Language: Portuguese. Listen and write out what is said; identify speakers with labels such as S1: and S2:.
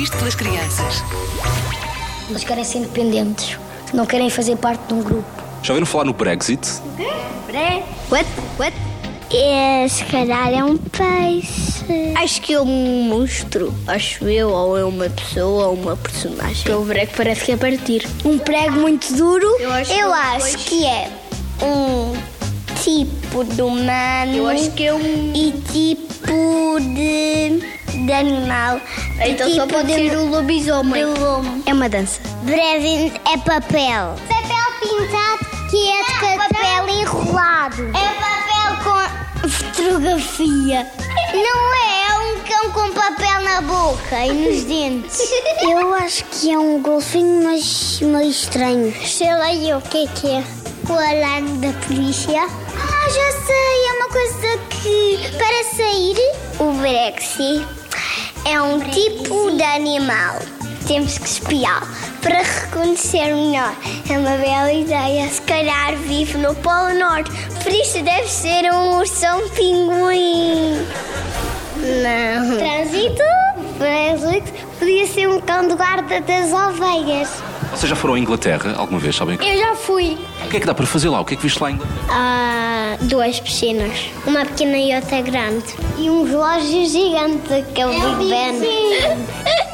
S1: é
S2: pelas crianças.
S1: Eles querem ser independentes. Não querem fazer parte de um grupo.
S3: Já ouviram falar no Brexit?
S1: What? What? Esse calhar é um peixe. Acho que é um monstro. Acho eu, ou é uma pessoa, ou uma personagem. Pelo prego parece que é partir. Um prego muito duro. Eu acho, que um é um tipo de humano. Eu acho que é um. E tipo de. de animal. Então só pode ser o lobisomem. É uma dança. Breve é papel. Papel pintado que é de papel enrolado. É papel com fotografia. Não é, é um cão com papel na boca e nos dentes. Eu acho que é um golfinho, mas meio estranho. Sei lá eu o que é que é. O alarme da polícia. Ah, já sei, é uma coisa que. Para sair. O Brexit é um tipo de animal. Temos que espiar para reconhecer melhor. É uma bela ideia. Se calhar vive no Polo Norte, por isso deve ser um ursão pinguim. Não. Trânsito? Trânsito. Podia ser um cão de guarda das ovelhas.
S3: Vocês já foram à Inglaterra alguma vez, sabem?
S1: Eu já fui.
S3: O que é que dá para fazer lá? O que é que viste lá em Inglaterra?
S1: Há duas piscinas, uma pequena e outra grande. E um relógio gigante, que é o É Big Ben.